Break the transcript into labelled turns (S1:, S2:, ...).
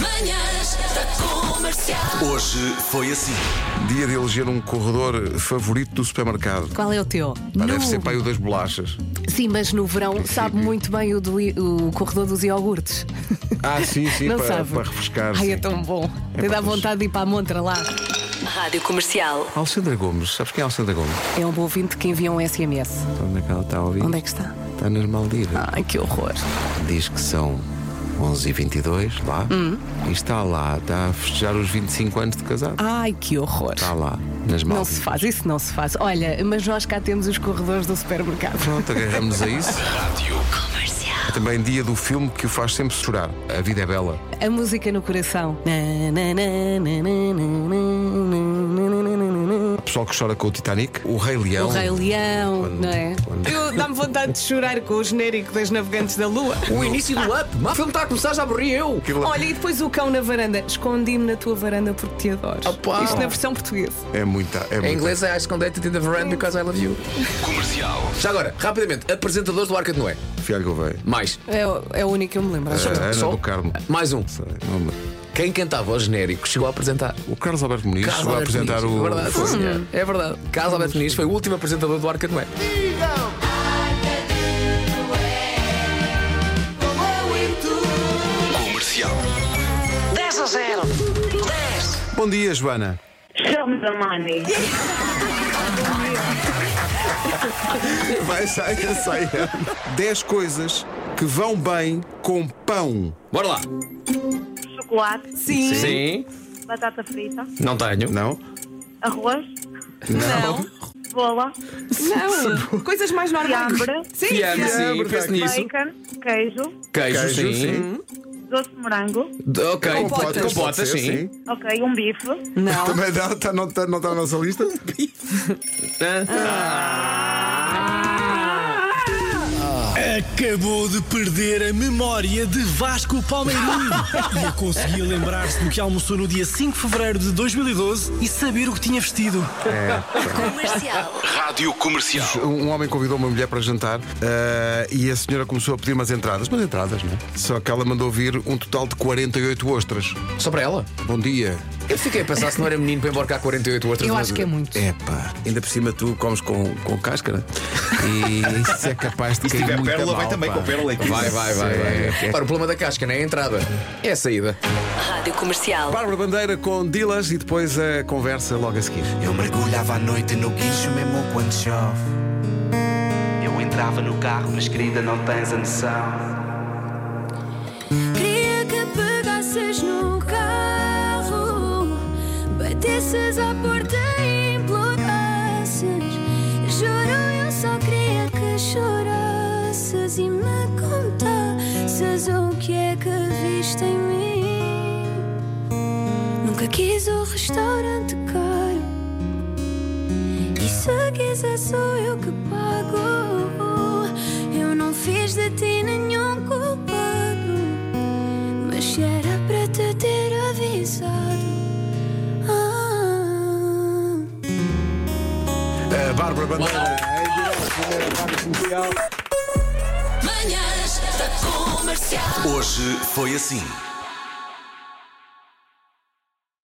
S1: Manhãs da comercial.
S2: Hoje foi assim.
S3: Dia de eleger um corredor favorito do supermercado.
S4: Qual é o teu?
S3: Parece
S4: No-
S3: ser pai o das bolachas.
S4: Sim, mas no verão sabe muito bem o, do i- o corredor dos iogurtes.
S3: Ah, sim, sim,
S4: Não
S3: para,
S4: sabe?
S3: para refrescar.
S4: Ai,
S3: sim.
S4: é tão bom. Te
S3: pá,
S4: dá
S3: mas-
S4: vontade de ir para a montra lá.
S1: Rádio Comercial.
S3: Alcindra Gomes, sabes quem é Alcindra Gomes?
S4: É um bom ouvinte que envia um SMS.
S3: Onde é que ela está a ouvir?
S4: Onde é que está?
S3: Está nas Maldivas.
S4: Ai, que horror.
S3: Diz que são 11h22 lá.
S4: Hum.
S3: E está lá, está a festejar os 25 anos de casado.
S4: Ai, que horror.
S3: Está lá, nas
S4: Não
S3: Maldivas.
S4: se faz, isso não se faz. Olha, mas nós cá temos os corredores do supermercado.
S3: Pronto, agarramos a isso.
S1: Comercial.
S3: É também dia do filme que o faz sempre chorar. A vida é bela.
S4: A música no coração. Na, na, na, na, na, na, na, na, na, na, na, na.
S3: O pessoal que chora com o Titanic, o Rei Leão,
S4: O Rei Leão,
S3: É um Quando-
S4: não é?
S3: quando-
S4: Eu dá-me vontade de chorar com o genérico das Navegantes da Lua.
S5: O início do up. O filme está tá a começar, já morri eu.
S4: Olha, e depois o cão na varanda. Escondi-me na tua varanda porque te adoro.
S5: Opa!
S4: Isto na versão portuguesa.
S3: É muita, é muita.
S5: Em inglês é I esconded it in the veranda because I love you. Comercial. Já agora, rapidamente, apresentadores do Arca de Noé.
S3: Fialho Gouveia.
S5: Mais.
S4: É, o- é o único que eu me lembro.
S5: Ah,
S4: acho
S3: A
S4: eu.
S3: Ana
S5: só-
S3: do Carmo.
S5: Mais um.
S3: Sei, não me-
S5: Quem cantava o genérico chegou a apresentar.
S3: O Carlos Alberto Muniz
S5: Carlos
S3: vai
S5: Alberto
S3: apresentar
S5: Muniz.
S3: o.
S5: É verdade, sim, senhor. É verdade. Carlos Alberto Muniz foi o último apresentador do Arca de Noé.
S2: Comercial.
S6: 10 a 0.
S3: Bom dia, Joana.
S6: Chama da Mani.
S3: Vai, saia, saia. 10 coisas que vão bem com pão.
S5: Bora lá.
S6: Chocolate,
S4: Sim.
S5: Sim.
S6: batata frita,
S5: Não tenho.
S3: Não?
S6: arroz,
S4: Não.
S6: bola,
S4: Não. Coisas mais normais.
S6: Fiambre.
S4: Sim.
S5: Fiambre, sim.
S3: Fiambre,
S5: Penso nisso.
S6: bacon, queijo,
S5: Queijo,
S3: Queijo,
S5: sim.
S3: sim.
S6: doce de morango,
S5: D- Ok.
S4: Compotas.
S3: Pode
S5: Compotas,
S3: ser,
S5: sim.
S6: ok, um bife,
S4: Não.
S3: Também dá, tá- não está não tá na nossa lista?
S7: Acabou de perder a memória de Vasco Palmeirinho e a conseguir lembrar-se do que almoçou no dia 5 de fevereiro de 2012 e saber o que tinha vestido.
S1: Comercial.
S2: Rádio Comercial.
S3: Um homem convidou uma mulher para jantar ah, e a senhora começou a pedir umas entradas. Mas entradas, não é? Só que ela mandou vir um total de 48 ostras.
S5: Só para ela.
S3: Bom dia.
S5: Eu fiquei a pensar se não era menino para embarcar 48 outras
S4: Eu
S5: vezes.
S4: acho que é muito.
S3: Epá, ainda por cima tu comes com, com cáscara e isso é capaz de cair
S8: tiver
S3: muito a
S8: pérola,
S3: mal,
S8: vai
S4: é.
S8: também
S3: pá.
S8: com pérola e
S5: Vai, vai, vai, vai.
S3: Isso é-
S5: Para o problema da casca não é a entrada, é a saída.
S1: Rádio Comercial.
S3: Bárbara Bandeira com Dilas e depois a conversa logo a seguir.
S9: Eu mergulhava à noite no guincho mesmo quando chove. Eu entrava no carro, mas querida, não tens a noção.
S10: Queria que pegasses no carro, batesses à porta e implorasses. Juro, eu só queria que chorasses e me contasses o que é que viste em mim. Nunca quis o restaurante caro, e se quiser sou eu que pago. Eu não fiz de ti nenhum culpado. Mas se era para te ter avisado. Ah.
S3: A Bárbara Bandeira.
S1: Manhãs da comercial.
S2: Hoje foi assim.